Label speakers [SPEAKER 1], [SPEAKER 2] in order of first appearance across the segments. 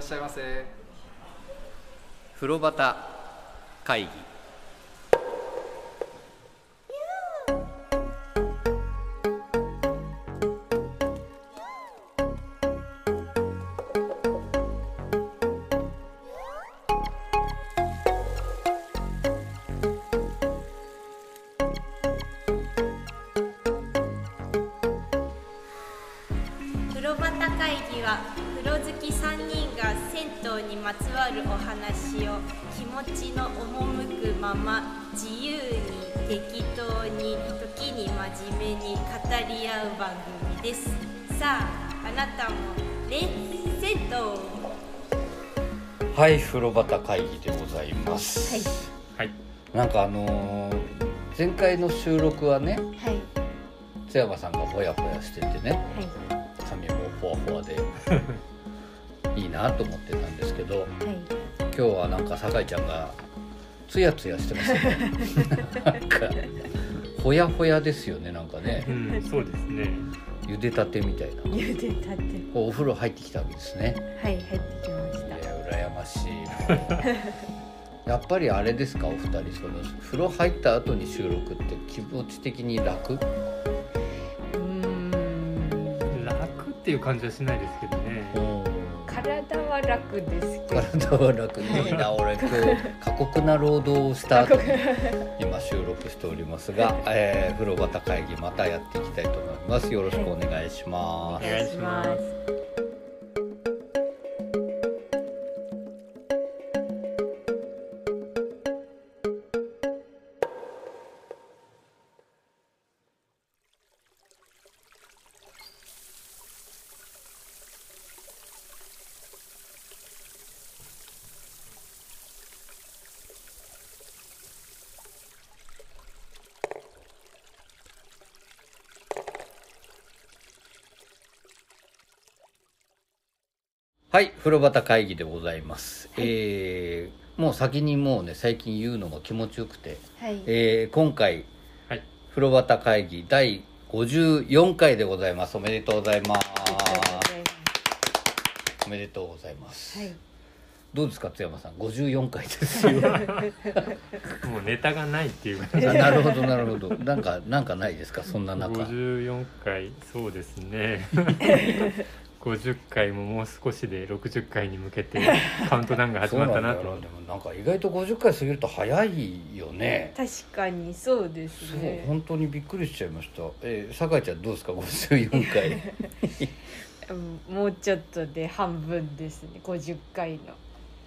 [SPEAKER 1] しゃいませ
[SPEAKER 2] 風呂端会議
[SPEAKER 3] 風呂端会議は風呂好き3人が銭湯にまつわるお話を気持ちの赴くまま自由に適当に時に真面目に語り合う番組ですさああなたもレッツ銭湯
[SPEAKER 2] はい風呂端会議でございます、
[SPEAKER 1] はい
[SPEAKER 2] なんかあのー前回の収録はね
[SPEAKER 3] はい
[SPEAKER 2] 津山さんがほやほやしててね
[SPEAKER 3] はい
[SPEAKER 2] 髪もふわふ わでいいなと思ってたんですけ
[SPEAKER 3] は
[SPEAKER 2] ど
[SPEAKER 3] い
[SPEAKER 2] 今日はなんか酒井ちゃんがツヤツヤしてますね なんかほやほやですよねなんかね
[SPEAKER 4] うん、そうですね。
[SPEAKER 2] 茹でたてみたいな
[SPEAKER 3] ゆでたて
[SPEAKER 2] お風呂入ってきたわけですね
[SPEAKER 3] はい入ってきまし
[SPEAKER 2] いや羨ましいなやっぱりあれですかお二人その風呂入った後に収録って気持ち的に楽
[SPEAKER 5] うーん
[SPEAKER 4] 楽っていう感じはしないですけどね。
[SPEAKER 5] 体は楽ですけど
[SPEAKER 2] 体は楽でいいな俺今日過酷な労働をした後に今収録しておりますが、えー、風呂旗会議またやっていきたいと思いますよろしくお願いしま
[SPEAKER 4] お
[SPEAKER 2] す
[SPEAKER 4] 願いします。
[SPEAKER 2] はい風呂旗会議でございます、えーもう先にもうね最近言うのが気持ちよくて
[SPEAKER 5] はい
[SPEAKER 2] えー今回、
[SPEAKER 4] はい
[SPEAKER 2] 風呂旗会議第54回でございますおめでとうございますおめでとうございます、
[SPEAKER 5] はい
[SPEAKER 2] どうですか津山さん54回です よ
[SPEAKER 4] もうネタがないっていう
[SPEAKER 2] あ
[SPEAKER 4] 感じ。
[SPEAKER 2] なるほどなるほどなんかなんかないですかそんな中
[SPEAKER 4] 五十四回、そうです ね。五十回ももう少しで六十回に向け てカウントダウンが始まったな
[SPEAKER 2] そ
[SPEAKER 4] と
[SPEAKER 2] うなんだ。よでもなんか意外と50回過ぎると早いよね
[SPEAKER 5] 確かにそうです
[SPEAKER 2] そう
[SPEAKER 5] ね
[SPEAKER 2] 本当にびっくりしちゃいましたえー、酒井ちゃんどうですか54 回
[SPEAKER 5] うんもうちょっとで半分ですね50回の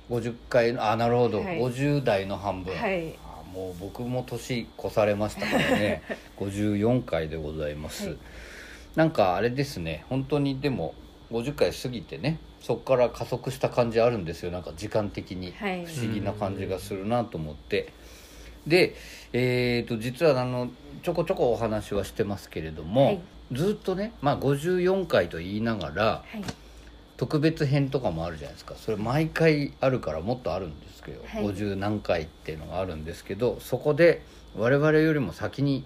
[SPEAKER 2] 50回のあなるほど、
[SPEAKER 5] はい
[SPEAKER 2] 50代の半分
[SPEAKER 5] はい
[SPEAKER 2] あもう僕も年越されましたから ね54回でございます、
[SPEAKER 5] はい
[SPEAKER 2] なんかあれですね本当にでも50回過ぎてねそこから加速した感じあるんですよなんか時間的に
[SPEAKER 5] はい
[SPEAKER 2] 不思議な感じがするなと思って、で、えー、と実はあのちょこちょこお話はしてますけれども、
[SPEAKER 5] はい
[SPEAKER 2] ずっとね、まあ、54回と言いながら
[SPEAKER 5] はい
[SPEAKER 2] 特別編とかもあるじゃないですかそれ毎回あるからもっとあるんですけど、
[SPEAKER 5] はい
[SPEAKER 2] 50何回っていうのがあるんですけどそこで我々よりも先に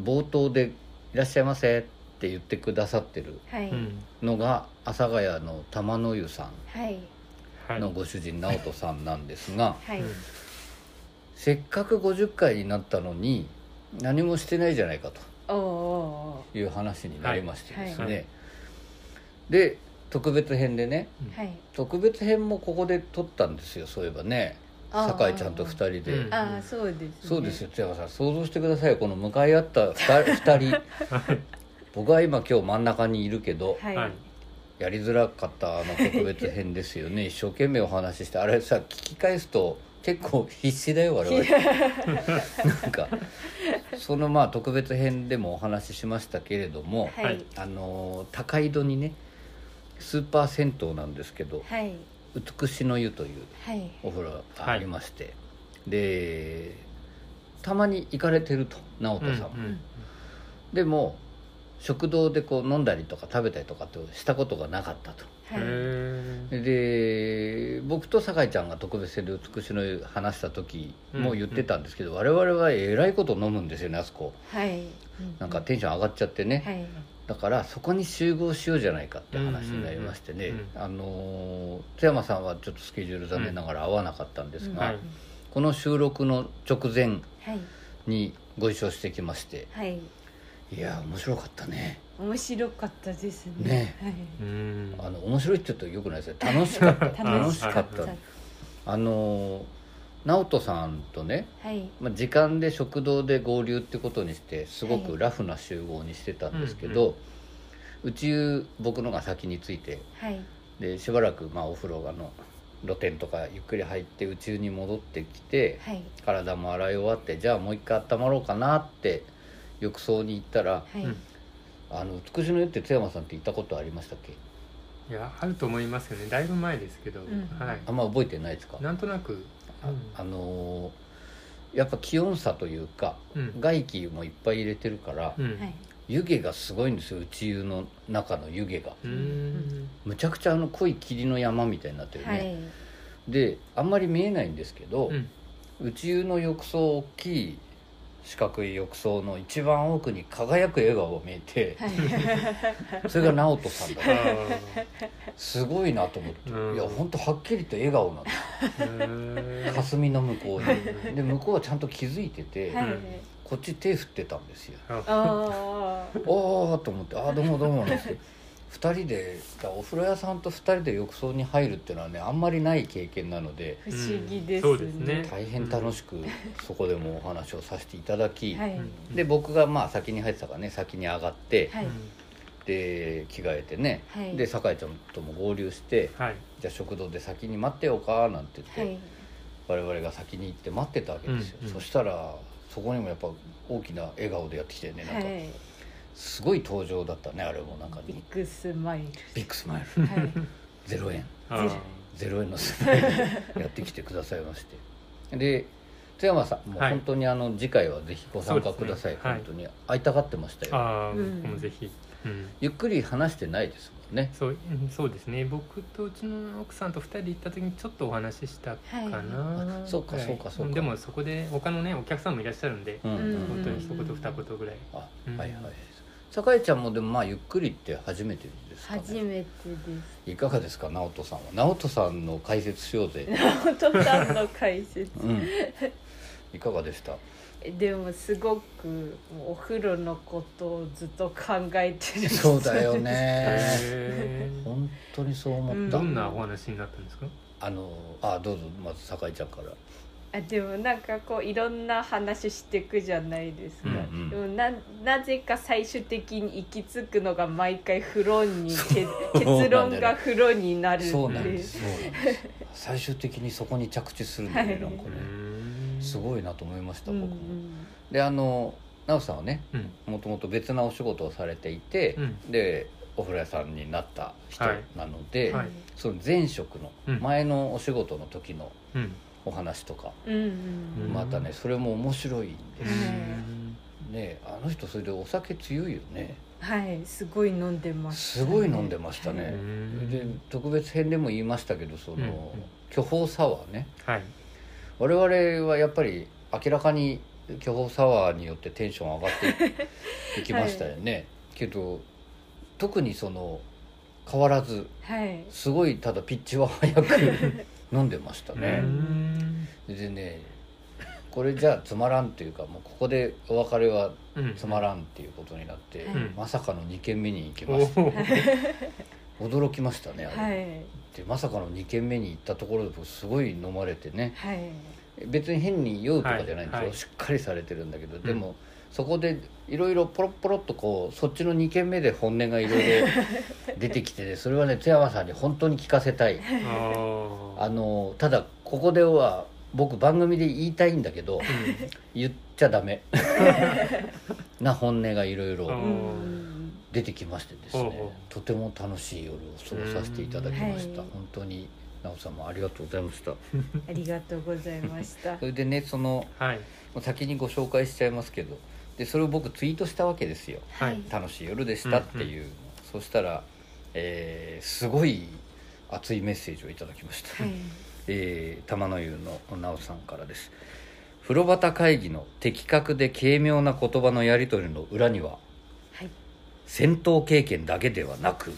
[SPEAKER 2] 冒頭で「いらっしゃいませ」って言ってくださってる
[SPEAKER 5] はい
[SPEAKER 4] うん。
[SPEAKER 2] のが阿佐ヶ谷の玉の湯さ
[SPEAKER 5] はい
[SPEAKER 4] は
[SPEAKER 2] ん
[SPEAKER 4] い。
[SPEAKER 2] のご主人直人さんなんです が
[SPEAKER 5] はい
[SPEAKER 4] うん
[SPEAKER 2] せっかく50回になったのに何もしてないじゃないかと。
[SPEAKER 5] おーお
[SPEAKER 2] いう話になりましてですね、
[SPEAKER 4] はいはい
[SPEAKER 2] で特別編でね
[SPEAKER 5] ーはい
[SPEAKER 2] 特別編もここで撮ったんですよそういえばね
[SPEAKER 5] あー
[SPEAKER 2] 酒井ちゃんと2人で、
[SPEAKER 4] うん
[SPEAKER 5] ああそうですね
[SPEAKER 2] そうですよ津山さん想像してくださいよこの向かい合った2人 二人僕は今今日真ん中にいるけど、
[SPEAKER 5] はい
[SPEAKER 4] はい
[SPEAKER 2] やりづらかったあの特別編ですよね一生懸命お話ししてあれさ聞き返すと結構必死だよ我々 なんかそのまあ特別編でもお話ししましたけれども、
[SPEAKER 5] はいはい
[SPEAKER 2] あのー高井戸にねスーパー銭湯なんですけど
[SPEAKER 5] はい
[SPEAKER 2] 美しの湯という
[SPEAKER 5] はい
[SPEAKER 2] お風呂がありまして、でたまに行かれてると直人さんは、
[SPEAKER 4] うん
[SPEAKER 2] でも食堂でこう飲んだりとか食べたりとかってしたことがなかったと
[SPEAKER 4] うん
[SPEAKER 5] はい
[SPEAKER 4] へー
[SPEAKER 2] で僕と酒井ちゃんが特別で美しの湯話した時も言ってたんですけど、我々はえらいこと飲むんですよねあそこ
[SPEAKER 5] はい
[SPEAKER 2] なんかテンション上がっちゃってね、
[SPEAKER 5] はい
[SPEAKER 2] だからそこに集合しようじゃないかって話になりましてね、
[SPEAKER 4] うんうんうん
[SPEAKER 2] あのー津山さんはちょっとスケジュール残念ながら合わなかったんです
[SPEAKER 5] うん
[SPEAKER 2] が、
[SPEAKER 4] はい
[SPEAKER 2] この収録の直前
[SPEAKER 5] はい
[SPEAKER 2] にご一緒してきまして
[SPEAKER 5] はい
[SPEAKER 2] いやー面白かったね
[SPEAKER 5] 面白かったですね
[SPEAKER 2] ね
[SPEAKER 4] うーん
[SPEAKER 2] あの面白いって言うとよくないですね楽しかった 楽
[SPEAKER 5] 楽
[SPEAKER 2] し
[SPEAKER 5] し
[SPEAKER 2] か
[SPEAKER 5] か
[SPEAKER 2] っ
[SPEAKER 5] ったた
[SPEAKER 2] あのー直人さんとね、
[SPEAKER 5] はい
[SPEAKER 2] まあ、時間で食堂で合流ってことにしてすごくラフな集合にしてたんですけど、宇宙僕のが先について
[SPEAKER 5] はい
[SPEAKER 2] でしばらくまあお風呂がの露天とかゆっくり入って宇宙に戻ってきて
[SPEAKER 5] はい
[SPEAKER 2] 体も洗い終わってじゃあもう一回温まろうかなって浴槽に行ったら
[SPEAKER 5] はい、
[SPEAKER 4] うん
[SPEAKER 2] 「あの美しの湯」って津山さんって行ったことありましたっけ
[SPEAKER 4] いやあると思いますよねだいぶ前ですけど、
[SPEAKER 5] ん
[SPEAKER 4] はい
[SPEAKER 2] あんま覚えてないですか
[SPEAKER 4] なんとなく
[SPEAKER 2] ああのーやっぱ気温差というか
[SPEAKER 4] うん
[SPEAKER 2] 外気もいっぱい入れてるから
[SPEAKER 4] うん
[SPEAKER 5] はい
[SPEAKER 2] 湯気がすごいんですよ内湯の中の湯気が
[SPEAKER 4] うーん
[SPEAKER 2] むちゃくちゃあの濃い霧の山みたいになってるね、
[SPEAKER 5] はい
[SPEAKER 2] であんまり見えないんですけど、
[SPEAKER 4] うん
[SPEAKER 2] 宇宙の浴槽大きい四角い浴槽の一番奥に輝く笑顔が見えてそれが直人さんだ
[SPEAKER 4] あ
[SPEAKER 2] からすごいなと思って、
[SPEAKER 4] うん
[SPEAKER 2] いや本当はっきりと笑顔なんです
[SPEAKER 4] ーうーん
[SPEAKER 2] 霞の向こうにで向こうはちゃんと気づいてて、
[SPEAKER 5] はい
[SPEAKER 2] こっち手振ってたんですよ
[SPEAKER 4] あ
[SPEAKER 5] ああ
[SPEAKER 2] ああと思って「ああどうもどうも」なんですけど2人でお風呂屋さんと2人で浴槽に入るっていうのはねあんまりない経験なので
[SPEAKER 5] 不思議ですね,、
[SPEAKER 4] そうですね
[SPEAKER 2] 大変楽しくそこでもお話をさせていただき、
[SPEAKER 5] はい
[SPEAKER 2] で僕がまあ先に入ってたからね先に上がって、
[SPEAKER 5] はい
[SPEAKER 2] で着替えてね、
[SPEAKER 5] はい
[SPEAKER 2] で酒井ちゃんとも合流して
[SPEAKER 4] はい
[SPEAKER 2] 「じゃあ食堂で先に待ってようか」なんて言って、
[SPEAKER 5] はい
[SPEAKER 2] 我々が先に行って待ってたわけですよ、
[SPEAKER 4] うんうん
[SPEAKER 2] そしたらそこにもやっぱ大きな笑顔でやってきてねなんか
[SPEAKER 5] はい
[SPEAKER 2] すごい登場だったねあれもなんか
[SPEAKER 5] ビッグスマイ
[SPEAKER 2] ビッグ スマイル
[SPEAKER 5] ルはい
[SPEAKER 2] 0円
[SPEAKER 4] あー
[SPEAKER 2] 0円のスマイルやってきてくださいましてで津山さんもう
[SPEAKER 4] はい
[SPEAKER 2] 本当にあの次回はぜひご参加
[SPEAKER 4] そう
[SPEAKER 2] くだ
[SPEAKER 4] です
[SPEAKER 2] さい、
[SPEAKER 4] ねはい
[SPEAKER 2] 本当に会いたがってましたよ
[SPEAKER 4] あ
[SPEAKER 5] う
[SPEAKER 4] ー
[SPEAKER 5] ん
[SPEAKER 4] 僕もぜひ、うん、
[SPEAKER 2] ゆっくり話してないですもんね
[SPEAKER 4] そううんそうですね僕とうちの奥さんと2人で行った時にちょっとお話ししたかな、
[SPEAKER 2] はいあそうか
[SPEAKER 4] はい
[SPEAKER 2] そうかそうか
[SPEAKER 4] んでもそこで他のねお客さんもいらっしゃるんで、
[SPEAKER 2] うんうん、
[SPEAKER 5] うん
[SPEAKER 4] 本当に一言二言ぐらい、
[SPEAKER 2] あ
[SPEAKER 4] うん
[SPEAKER 2] はいはい酒井ちゃんもでもまあゆっくりって初めてですか
[SPEAKER 5] 初
[SPEAKER 2] ね
[SPEAKER 5] めてです
[SPEAKER 2] いかがですか直人さんは直人さんの解説しようぜ
[SPEAKER 5] 本当さんの解説
[SPEAKER 2] うんいかがでした
[SPEAKER 5] でもすごくもうお風呂のことをずっと考えてる
[SPEAKER 2] そうだよ ね
[SPEAKER 4] へー
[SPEAKER 2] 本当にそう思った、
[SPEAKER 4] どんなお話になったんですか、
[SPEAKER 2] あのあどうぞまず酒井ちゃんから
[SPEAKER 5] あでもなんかこういろんな話していくじゃないですか、
[SPEAKER 2] うんうん
[SPEAKER 5] でもななぜか最終的に行き着くのが毎回風呂にけ
[SPEAKER 2] そう
[SPEAKER 5] 結論が風呂になるって
[SPEAKER 2] そうなん
[SPEAKER 5] い
[SPEAKER 2] で
[SPEAKER 5] う
[SPEAKER 2] すそうなんです最終的にそこに着地するんだね、
[SPEAKER 5] はい
[SPEAKER 2] なんか
[SPEAKER 4] う
[SPEAKER 2] ね
[SPEAKER 4] ーん
[SPEAKER 2] すごいなと思いました
[SPEAKER 5] うん
[SPEAKER 2] 僕も、
[SPEAKER 5] うん
[SPEAKER 2] であの奈緒さんはね
[SPEAKER 4] うん
[SPEAKER 2] もともと別なお仕事をされていて、
[SPEAKER 4] うん
[SPEAKER 2] でお風呂屋さんになった人
[SPEAKER 4] はい
[SPEAKER 2] なので、
[SPEAKER 4] はい
[SPEAKER 2] その前職の
[SPEAKER 4] うん
[SPEAKER 2] 前のお仕事の時の
[SPEAKER 4] うん
[SPEAKER 2] お話とか、
[SPEAKER 5] うんうん
[SPEAKER 4] うん
[SPEAKER 2] またねそれも面白いん
[SPEAKER 4] う
[SPEAKER 2] で
[SPEAKER 4] ー
[SPEAKER 2] す
[SPEAKER 4] ん
[SPEAKER 2] ねあの人それでお酒強いよね
[SPEAKER 5] はいすごい飲んでます
[SPEAKER 2] すごい飲んでましたね
[SPEAKER 4] う、ん
[SPEAKER 2] で特別編でも言いましたけどその、
[SPEAKER 4] うん
[SPEAKER 2] 巨峰サワーね
[SPEAKER 4] はい
[SPEAKER 2] 我々はやっぱり明らかに巨峰サワーによってテンション上がっ ていきましたよね、けど特にその変わらず
[SPEAKER 5] はい
[SPEAKER 2] すごいただピッチは早 く飲んでました
[SPEAKER 4] うー
[SPEAKER 2] ね、
[SPEAKER 4] ん
[SPEAKER 2] でねこれじゃあつまらんというかもうここでお別れは
[SPEAKER 4] うん
[SPEAKER 2] つまらんっていうことになって、
[SPEAKER 4] うん
[SPEAKER 2] まさかの2軒目に行きま
[SPEAKER 4] お
[SPEAKER 2] した
[SPEAKER 4] ー
[SPEAKER 2] 驚きましたねあれ、
[SPEAKER 5] はい
[SPEAKER 2] でまさかの2軒目に行ったところで僕すごい飲まれてね
[SPEAKER 5] はい
[SPEAKER 2] 別に変に酔うとかじゃないんですよ、
[SPEAKER 4] はいはい
[SPEAKER 2] しっかりされてるんだけど、でもそこでいろいろポロッポロっとこうそっちの2軒目で本音がい ろいろ出てきてねそれはね津山さんに本当に聞かせたい
[SPEAKER 4] あー
[SPEAKER 2] あのただここでは僕番組で言いたいんだけど言っちゃダ メな本音がいろいろ
[SPEAKER 4] う
[SPEAKER 5] うんん
[SPEAKER 2] 出てきましてです
[SPEAKER 4] ほう
[SPEAKER 2] ね
[SPEAKER 4] ほ
[SPEAKER 2] とても楽しい夜を過ごさせていただきまし
[SPEAKER 5] うん
[SPEAKER 2] た
[SPEAKER 5] はい
[SPEAKER 2] 本当に奈緒さんもありがとうございました
[SPEAKER 5] ありがとうございました
[SPEAKER 2] それでねその
[SPEAKER 4] はい
[SPEAKER 2] 先にご紹介しちゃいますけどでそれを僕ツイートしたわけですよ
[SPEAKER 4] はい
[SPEAKER 2] 「楽しい夜でした」っていう、そしたら、えーすごい熱いメッセージをいただきました、
[SPEAKER 5] はい
[SPEAKER 2] えー玉の湯の奈緒さんからです風呂旗会議の的確で軽妙な言葉のやり取りの裏には
[SPEAKER 5] はい
[SPEAKER 2] 戦闘経験だけではなく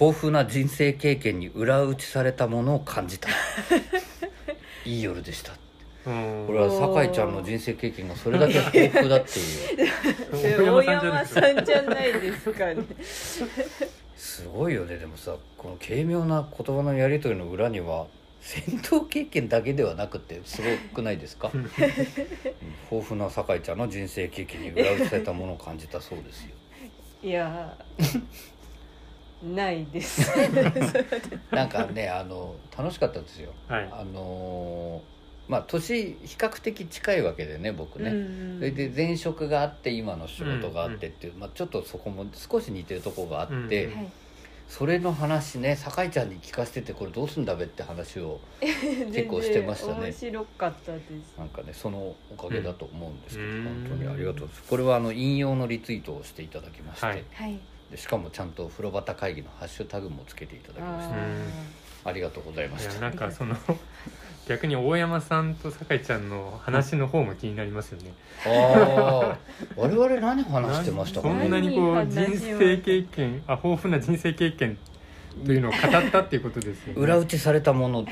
[SPEAKER 2] 豊富な人生経験に裏打ちされたものを感 じたいい夜でした
[SPEAKER 4] うん
[SPEAKER 2] これは酒井ちゃんの人生経験がそれだけ 豊富だっていう
[SPEAKER 5] 大山さんじゃないですかね
[SPEAKER 2] すごいよねでもさこの軽妙な言葉のやり取りの裏には戦闘経験だけではなくてすごくないですかうん 豊富な酒井ちゃんの人生経験に裏打ちされたものを感じたそうですよ
[SPEAKER 5] いやーないです
[SPEAKER 2] なんかねあの楽しかったですよ
[SPEAKER 4] はい
[SPEAKER 2] あのーまあ年比較的近いわけでね僕ね、
[SPEAKER 5] うん
[SPEAKER 2] それで前職があって今の仕事があってっていう、まあ、ちょっとそこも少し似てるとこがあって、
[SPEAKER 4] うん
[SPEAKER 5] はい
[SPEAKER 2] それの話ね酒井ちゃんに聞かせててこれどうすんだべって話を結構してました
[SPEAKER 5] 全
[SPEAKER 2] ね
[SPEAKER 5] 然面白かったです
[SPEAKER 2] なんかねそのおかげだと思うんですけど、
[SPEAKER 4] うん
[SPEAKER 2] 本当にありがとうございますこれはあの引用のリツイートをしていただきまして、
[SPEAKER 4] はい
[SPEAKER 5] はい
[SPEAKER 2] でしかもちゃんと風呂端会議のハッシュタグもつけていただきまし
[SPEAKER 5] あ
[SPEAKER 2] た
[SPEAKER 5] ー
[SPEAKER 2] ありがとうございま
[SPEAKER 4] い
[SPEAKER 2] し
[SPEAKER 4] や
[SPEAKER 2] た
[SPEAKER 4] なんかその逆に大山さんと酒井ちゃんの話の方も気になりますよね。
[SPEAKER 2] ああ 我々何話してましたか
[SPEAKER 4] そん
[SPEAKER 2] ね
[SPEAKER 4] なにこう
[SPEAKER 5] 何話を
[SPEAKER 4] 人生経験あ豊富な人生経験というのを語ったっていうことですよね。
[SPEAKER 2] 裏
[SPEAKER 4] うん
[SPEAKER 2] 打ちされたもの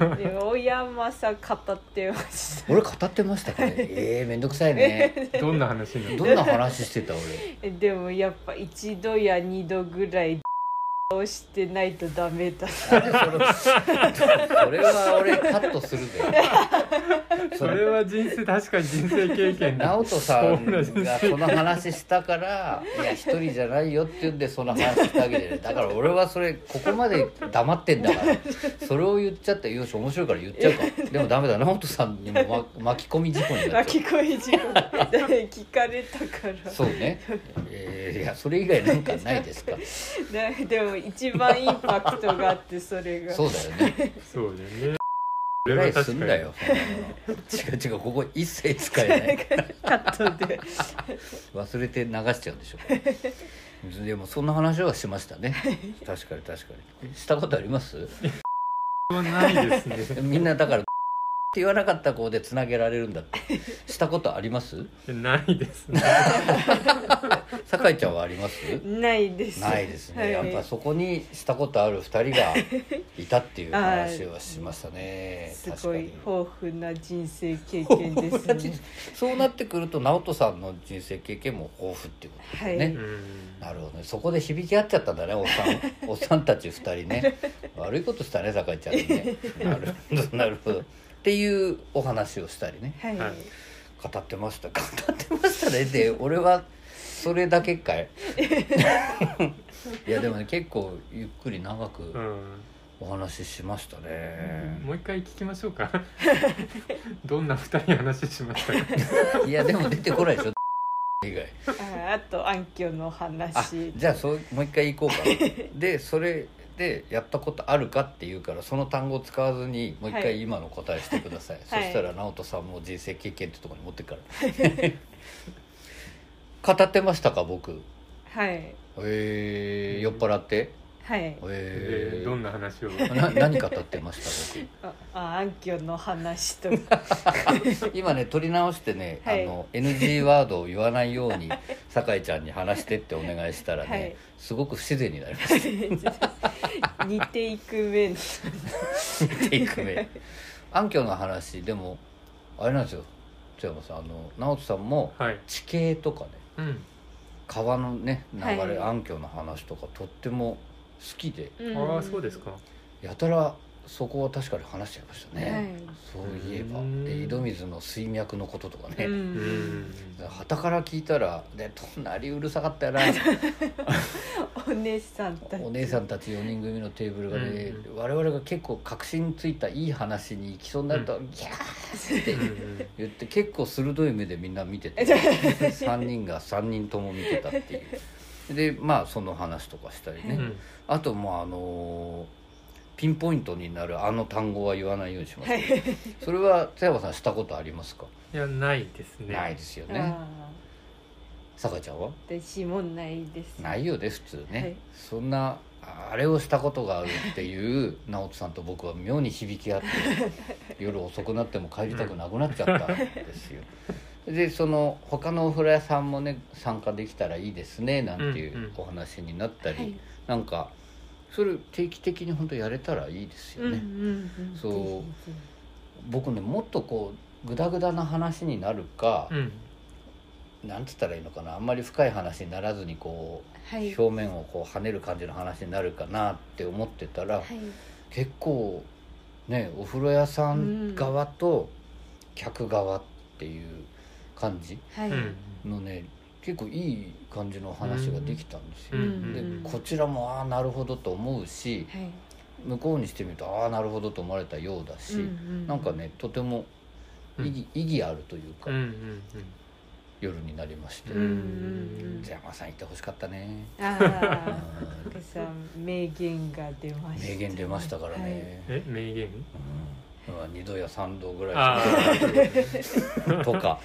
[SPEAKER 5] あでも大山さん語ってました
[SPEAKER 2] 俺語ってましたかねええめんどくさいね
[SPEAKER 4] どんな話なの
[SPEAKER 2] どんな話してた俺
[SPEAKER 5] えでもやっぱ一度や二度ぐらいをしてないとダメだ
[SPEAKER 2] それは俺カットするぜ
[SPEAKER 4] それは人生確かに人生経験だ
[SPEAKER 2] 直人さん
[SPEAKER 4] そうなんで
[SPEAKER 2] がその話したから「いや一人じゃないよ」って言うんでその話したわけじゃないだから俺はそれここまで黙ってんだからそれを言っちゃったらよし面白いから言っちゃうかでもダメだ直人さんにも、ま、巻き込み事故になっ
[SPEAKER 5] 巻
[SPEAKER 2] ちゃ
[SPEAKER 5] き込み事故 聞かれたか
[SPEAKER 2] う
[SPEAKER 5] ら
[SPEAKER 2] そうね、えーいやそれ以外なんかないですか
[SPEAKER 5] ででも一番インパクトがあってそれが
[SPEAKER 2] そうだよね
[SPEAKER 4] そうだよね。
[SPEAKER 2] ぐらいすんだ
[SPEAKER 4] に
[SPEAKER 2] よ違う違うここ一切使え ない
[SPEAKER 5] カットで
[SPEAKER 2] 忘れて流しちゃうんでし ょでもそんな話はしましたね 確かに確かにしたことあります
[SPEAKER 4] はないですね。
[SPEAKER 2] みんなだから って言わなかった子でつなげられるんだってしたことあります
[SPEAKER 4] ないですね。
[SPEAKER 2] 酒井ちゃんはあります
[SPEAKER 5] ないです
[SPEAKER 2] ないですね、
[SPEAKER 5] はい
[SPEAKER 2] やっぱそこにしたことある2人がいたっていう話はしましたね
[SPEAKER 5] す
[SPEAKER 2] 確か
[SPEAKER 5] ごい
[SPEAKER 2] に
[SPEAKER 5] 豊富な人生経験です
[SPEAKER 2] 同じ
[SPEAKER 5] ね
[SPEAKER 2] そうなってくると直人さんの人生経験も豊富っていうことですね、
[SPEAKER 5] はい
[SPEAKER 4] うん
[SPEAKER 2] なるほどねそこで響き合っちゃったんだねおっさんおっさんたち2人ね悪いことしたね酒井ちゃんにねなるほどなるほどっていうお話をしたりね
[SPEAKER 5] はい、
[SPEAKER 4] はい
[SPEAKER 2] 語ってました語ってましたねで俺はそれだけかいいやでもね結構ゆっくり長く
[SPEAKER 4] う
[SPEAKER 2] お話ししました
[SPEAKER 4] ん。
[SPEAKER 2] ね、
[SPEAKER 4] もう一回聞きましょう か。どんな二人話しま したか。
[SPEAKER 2] いやでも出てこないでしょ以外
[SPEAKER 5] ああと暗渠の
[SPEAKER 2] あ
[SPEAKER 5] 話
[SPEAKER 2] じゃあそうもう一回行 こうかでそれでやったことあるかって言うからその単語使わずにもう一
[SPEAKER 5] は
[SPEAKER 2] 回
[SPEAKER 5] い
[SPEAKER 2] 今の答えしてください、
[SPEAKER 5] はい
[SPEAKER 2] そしたら直人さんも人生経験ってところに持ってくから 語ってましたか僕
[SPEAKER 5] はい
[SPEAKER 2] えー、酔っ払って
[SPEAKER 5] はい
[SPEAKER 2] え
[SPEAKER 4] で
[SPEAKER 2] ー、
[SPEAKER 4] どんな話を。
[SPEAKER 2] な何語ってました
[SPEAKER 5] ああ暗渠の話とか
[SPEAKER 2] 僕今ね取り直してね、
[SPEAKER 5] はい
[SPEAKER 2] あの NG ワードを言わないように酒井ちゃんに話してってお願いしたらね、
[SPEAKER 5] はい
[SPEAKER 2] すごく不自然になりました
[SPEAKER 5] 似ていく面
[SPEAKER 2] テイクメイ暗渠の話でもあれなんですよ津山さんあの直人さんも
[SPEAKER 4] はい。
[SPEAKER 2] 地形とかね
[SPEAKER 4] うん。
[SPEAKER 2] 川のね流れ、
[SPEAKER 5] はい
[SPEAKER 2] 暗渠の話とかとっても好きで
[SPEAKER 4] ああそうですか。
[SPEAKER 2] やたらそこは確かに話しちゃいましたね、
[SPEAKER 5] はい
[SPEAKER 2] そういえば
[SPEAKER 4] うん
[SPEAKER 2] で井戸水の水脈のこととか
[SPEAKER 5] う
[SPEAKER 2] ね
[SPEAKER 5] ん、
[SPEAKER 2] はたから聞いたら「で隣うるさかった よな」
[SPEAKER 5] お姉さんたち
[SPEAKER 2] お姉さんたち4人組のテーブルがね、
[SPEAKER 4] う
[SPEAKER 2] 我々が結構確信ついたいい話に行きそうになると「ギャー!」って
[SPEAKER 4] うん
[SPEAKER 2] 言って結構鋭い目でみんな見てて3人が3人とも見てたっていうでまあその話とかしたりね、
[SPEAKER 4] うん
[SPEAKER 2] あとまああのーピンポイントになるあの単語は言わないようにします、
[SPEAKER 5] はい
[SPEAKER 2] それは津山さんしたことありますか、
[SPEAKER 4] いやないですね。
[SPEAKER 2] ないですよね
[SPEAKER 5] あ
[SPEAKER 2] さかちゃんは
[SPEAKER 5] あ私もないです
[SPEAKER 2] ないよね普通ね、
[SPEAKER 5] はい
[SPEAKER 2] そんなあれをしたことがあるっていう 直人さんと僕は 妙に響き合って夜遅くなっても帰りたくなくなっちゃったんですよでその他のお風呂屋さんもね参加できたらいいですねなんてい
[SPEAKER 4] んう
[SPEAKER 2] うんお話になったり、
[SPEAKER 5] はい
[SPEAKER 2] なんかそれ定期的に本当やれたらいいですよ
[SPEAKER 5] うんうん
[SPEAKER 2] ね、
[SPEAKER 5] うん
[SPEAKER 2] そう
[SPEAKER 5] ぜひぜ
[SPEAKER 2] 僕ねもっとこうグダグダな話になるか
[SPEAKER 4] う、ん
[SPEAKER 2] なんつったらいいのかなあんまり深い話にならずにこう、
[SPEAKER 5] ひはい
[SPEAKER 2] 表面をこう跳ねる感じの話になるかなって思ってたら、
[SPEAKER 5] はい
[SPEAKER 2] 結構ねお風呂屋さん側と客側っていう感じ
[SPEAKER 5] はい、
[SPEAKER 4] うん
[SPEAKER 2] のね結構いい感じの話ができたんですよ。
[SPEAKER 4] うん
[SPEAKER 5] うん
[SPEAKER 2] でこちらもああなるほどと思うし
[SPEAKER 5] はい
[SPEAKER 2] 向こうにしてみるとああなるほどと思われたようだし、なんかねとても意義,、意義あるというか、
[SPEAKER 4] うんうん
[SPEAKER 2] 夜になりまして
[SPEAKER 4] う
[SPEAKER 5] うんうん
[SPEAKER 4] ん
[SPEAKER 2] 「山さん行ってほしかったね
[SPEAKER 5] あ」
[SPEAKER 2] う
[SPEAKER 5] あ
[SPEAKER 2] ん
[SPEAKER 5] 福さん名言が出ました
[SPEAKER 2] 名言出ましたからね、
[SPEAKER 4] え名言
[SPEAKER 2] うんまあ、2度や3度ぐら
[SPEAKER 4] あ
[SPEAKER 2] いとか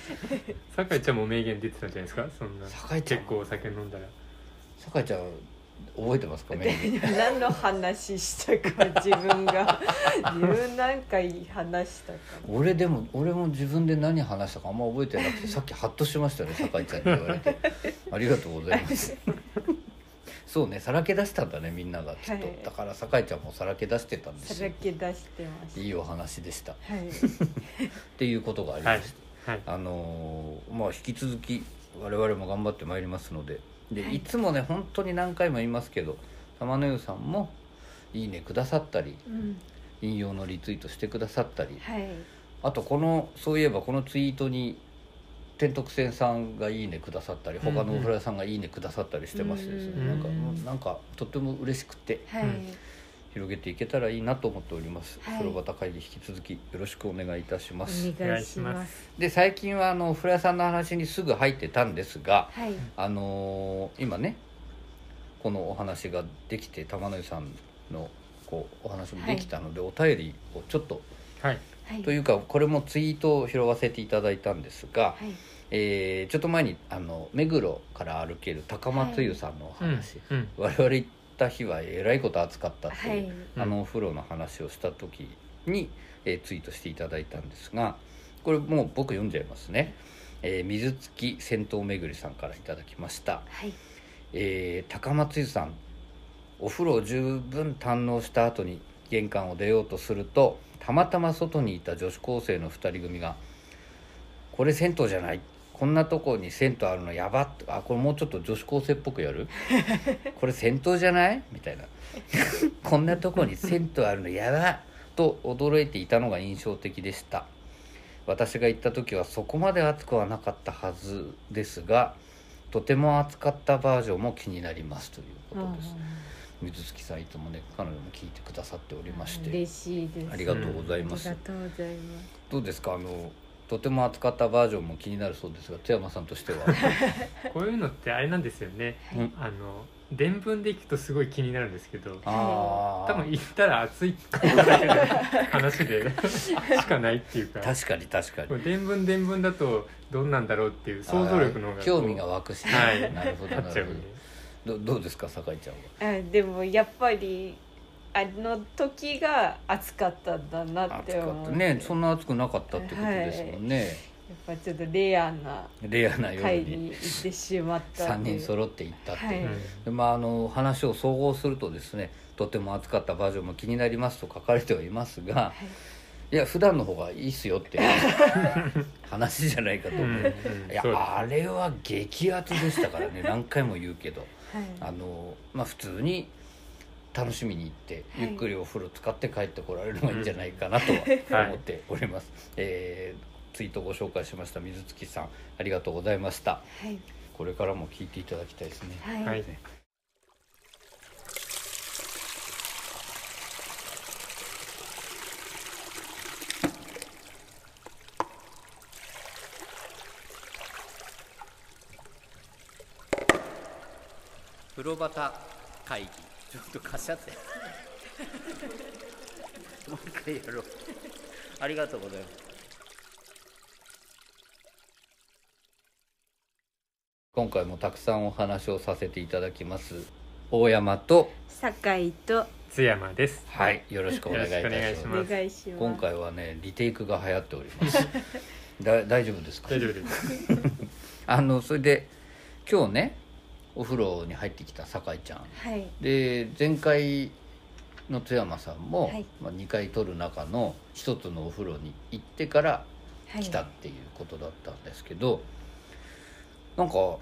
[SPEAKER 4] 酒井ちゃんも名言出てたんじゃないですかそんな
[SPEAKER 2] 酒井ちゃん
[SPEAKER 4] 結構お酒飲んだら
[SPEAKER 2] 酒井ちゃん覚えてますか名言
[SPEAKER 5] はい何の話したか自分が自分なんか話したか
[SPEAKER 2] 俺でも俺も自分で何話したかあんま覚えてなくてさっきハッとしましたね酒井ちゃんに言われてありがとうございますそうねさらけ出したんだねみんながきっと、
[SPEAKER 5] はい
[SPEAKER 2] だから酒井ちゃんもさらけ出してたんです
[SPEAKER 5] さら
[SPEAKER 2] よ
[SPEAKER 5] け出してました
[SPEAKER 2] いいお話でしたっ
[SPEAKER 5] はい
[SPEAKER 2] ていうことがありま
[SPEAKER 4] はい
[SPEAKER 2] した、
[SPEAKER 4] はい
[SPEAKER 2] あのーまあ引き続き我々も頑張ってまいりますのでで、
[SPEAKER 5] はい
[SPEAKER 2] い、つもね本当に何回も言いますけど玉の湯さんも「いいね」くださったり
[SPEAKER 5] うん
[SPEAKER 2] 引用のリツイートしてくださったり
[SPEAKER 5] はい
[SPEAKER 2] あとこのそういえばこのツイートに天徳線さんが「いいね」くださったり
[SPEAKER 4] うんうん
[SPEAKER 2] 他のお風呂屋さんが「いいね」くださったりしてましてですね、
[SPEAKER 5] うん
[SPEAKER 2] なんかなんかとっても嬉しくて
[SPEAKER 5] はい、
[SPEAKER 2] 広げていけたらいいなと思っております、
[SPEAKER 5] はい
[SPEAKER 2] 風呂端会議引き続きよろしくお願いいたします、
[SPEAKER 5] お願いし
[SPEAKER 4] お願
[SPEAKER 5] ま
[SPEAKER 4] いします
[SPEAKER 2] で最近はあのお風呂屋さんの話にすぐ入ってたんですが
[SPEAKER 5] はい
[SPEAKER 2] あのー今ねこのお話ができて玉の湯さんのこうお話もできたので、お便りをちょっと
[SPEAKER 4] はい
[SPEAKER 5] はい
[SPEAKER 2] というかこれもツイートを拾わせていただいたんですが、
[SPEAKER 5] はい
[SPEAKER 2] えーちょっと前にあの目黒から歩ける高松湯さんのお
[SPEAKER 4] うん
[SPEAKER 2] 話、
[SPEAKER 4] うん
[SPEAKER 2] 我々行った日はえらいこと暑かったって、
[SPEAKER 5] はいいう
[SPEAKER 2] あのお風呂の話をした時に、えーツイートしていただいたんですがこれもう僕読んじゃいますね、えー水月銭湯めぐりさんからいただきました、
[SPEAKER 5] はい
[SPEAKER 2] えー高松湯さんお風呂を十分堪能した後に玄関を出ようとするとたまたま外にいた女子高生の2人組が「これ銭湯じゃないこんなとこに銭湯あるのやば」あこれもうちょっと女子高生っぽくやる「これ銭湯じゃない?」みたいな 「こんなとこに銭湯あるのやば」と驚いていたのが印象的でした私が行った時はそこまで暑くはなかったはずですがとても暑かったバージョンも気になりますということです、水月さんいつもね彼女も聞いてくださっておりまして、
[SPEAKER 5] 嬉しいです
[SPEAKER 2] ありがとうございます、
[SPEAKER 5] ありがとうございます
[SPEAKER 2] どうですかあのとても暑かったバージョンも気になるそうですが津山さん としては
[SPEAKER 4] こういうのってあれなんですよね、
[SPEAKER 2] はい
[SPEAKER 4] あの伝聞で聞くとすごい気になるんですけど
[SPEAKER 2] あ
[SPEAKER 4] 多分
[SPEAKER 2] あ
[SPEAKER 4] 行ったら暑いかもしれない話で しかないっていうか
[SPEAKER 2] 確かに確かに
[SPEAKER 4] これ伝聞伝聞だとどんなんだろうっていう想像力の方
[SPEAKER 2] あ
[SPEAKER 4] が
[SPEAKER 2] ー興味が湧くし、
[SPEAKER 4] はい
[SPEAKER 2] なるほど
[SPEAKER 4] あ
[SPEAKER 2] な
[SPEAKER 4] っちゃ
[SPEAKER 2] る
[SPEAKER 4] うんで
[SPEAKER 2] ほどどどうですか酒井ちゃんは
[SPEAKER 5] あでもやっぱりあの時が暑かったんだなっ
[SPEAKER 2] 暑
[SPEAKER 5] て
[SPEAKER 2] か
[SPEAKER 5] 思
[SPEAKER 2] っ
[SPEAKER 5] ったて
[SPEAKER 2] ねそんな暑くなかったってことですもんね、
[SPEAKER 5] やっぱちょっとレアな
[SPEAKER 2] レアな夜
[SPEAKER 5] 会
[SPEAKER 2] に
[SPEAKER 5] に行ってしまった
[SPEAKER 2] 3
[SPEAKER 5] んで
[SPEAKER 2] 人揃って行ったっていう、
[SPEAKER 5] はい
[SPEAKER 2] でまあ、あの話を総合するとですねとても暑かったバージョンも気になりますと書かれてはいますが、
[SPEAKER 5] い
[SPEAKER 2] い、や普段の方がいいっすよっていう 話じゃないかと
[SPEAKER 4] うん
[SPEAKER 2] 思う、
[SPEAKER 4] うん
[SPEAKER 2] いや
[SPEAKER 4] そうです
[SPEAKER 2] あれは激アツでしたからね何回も言うけど
[SPEAKER 5] は
[SPEAKER 2] あの、まあ、普通に楽しみに行って、
[SPEAKER 5] はい
[SPEAKER 2] ゆっくりお風呂使って帰ってこられるのがいいんじゃないかなとは思っております、えーツイートご紹介しました水月さんありがとうございました
[SPEAKER 5] い
[SPEAKER 2] これからも聞いていただきたいですね
[SPEAKER 5] はい
[SPEAKER 4] は
[SPEAKER 5] はい
[SPEAKER 4] い
[SPEAKER 2] 風呂端会議ちょっとかしゃってもう一回やろうありがとうございます今回もたくさんお話をさせていただきます大山と
[SPEAKER 5] 酒井と
[SPEAKER 4] 津山です
[SPEAKER 2] はいよろしくお願いいたし
[SPEAKER 4] よろしくお願いし
[SPEAKER 2] ます
[SPEAKER 5] お
[SPEAKER 4] ま
[SPEAKER 5] 願いします
[SPEAKER 2] 今回はねリテイクが流行っておりますだ大丈夫ですか
[SPEAKER 4] 大丈夫です
[SPEAKER 2] あのそれで今日ねお風呂に入ってきた酒井ちゃん
[SPEAKER 5] はい
[SPEAKER 2] で前回の津山さんも、
[SPEAKER 5] はい
[SPEAKER 2] まあ、2回取る中の一つのお風呂に行ってから
[SPEAKER 5] はい
[SPEAKER 2] 来たっていうことだったんですけど、なんか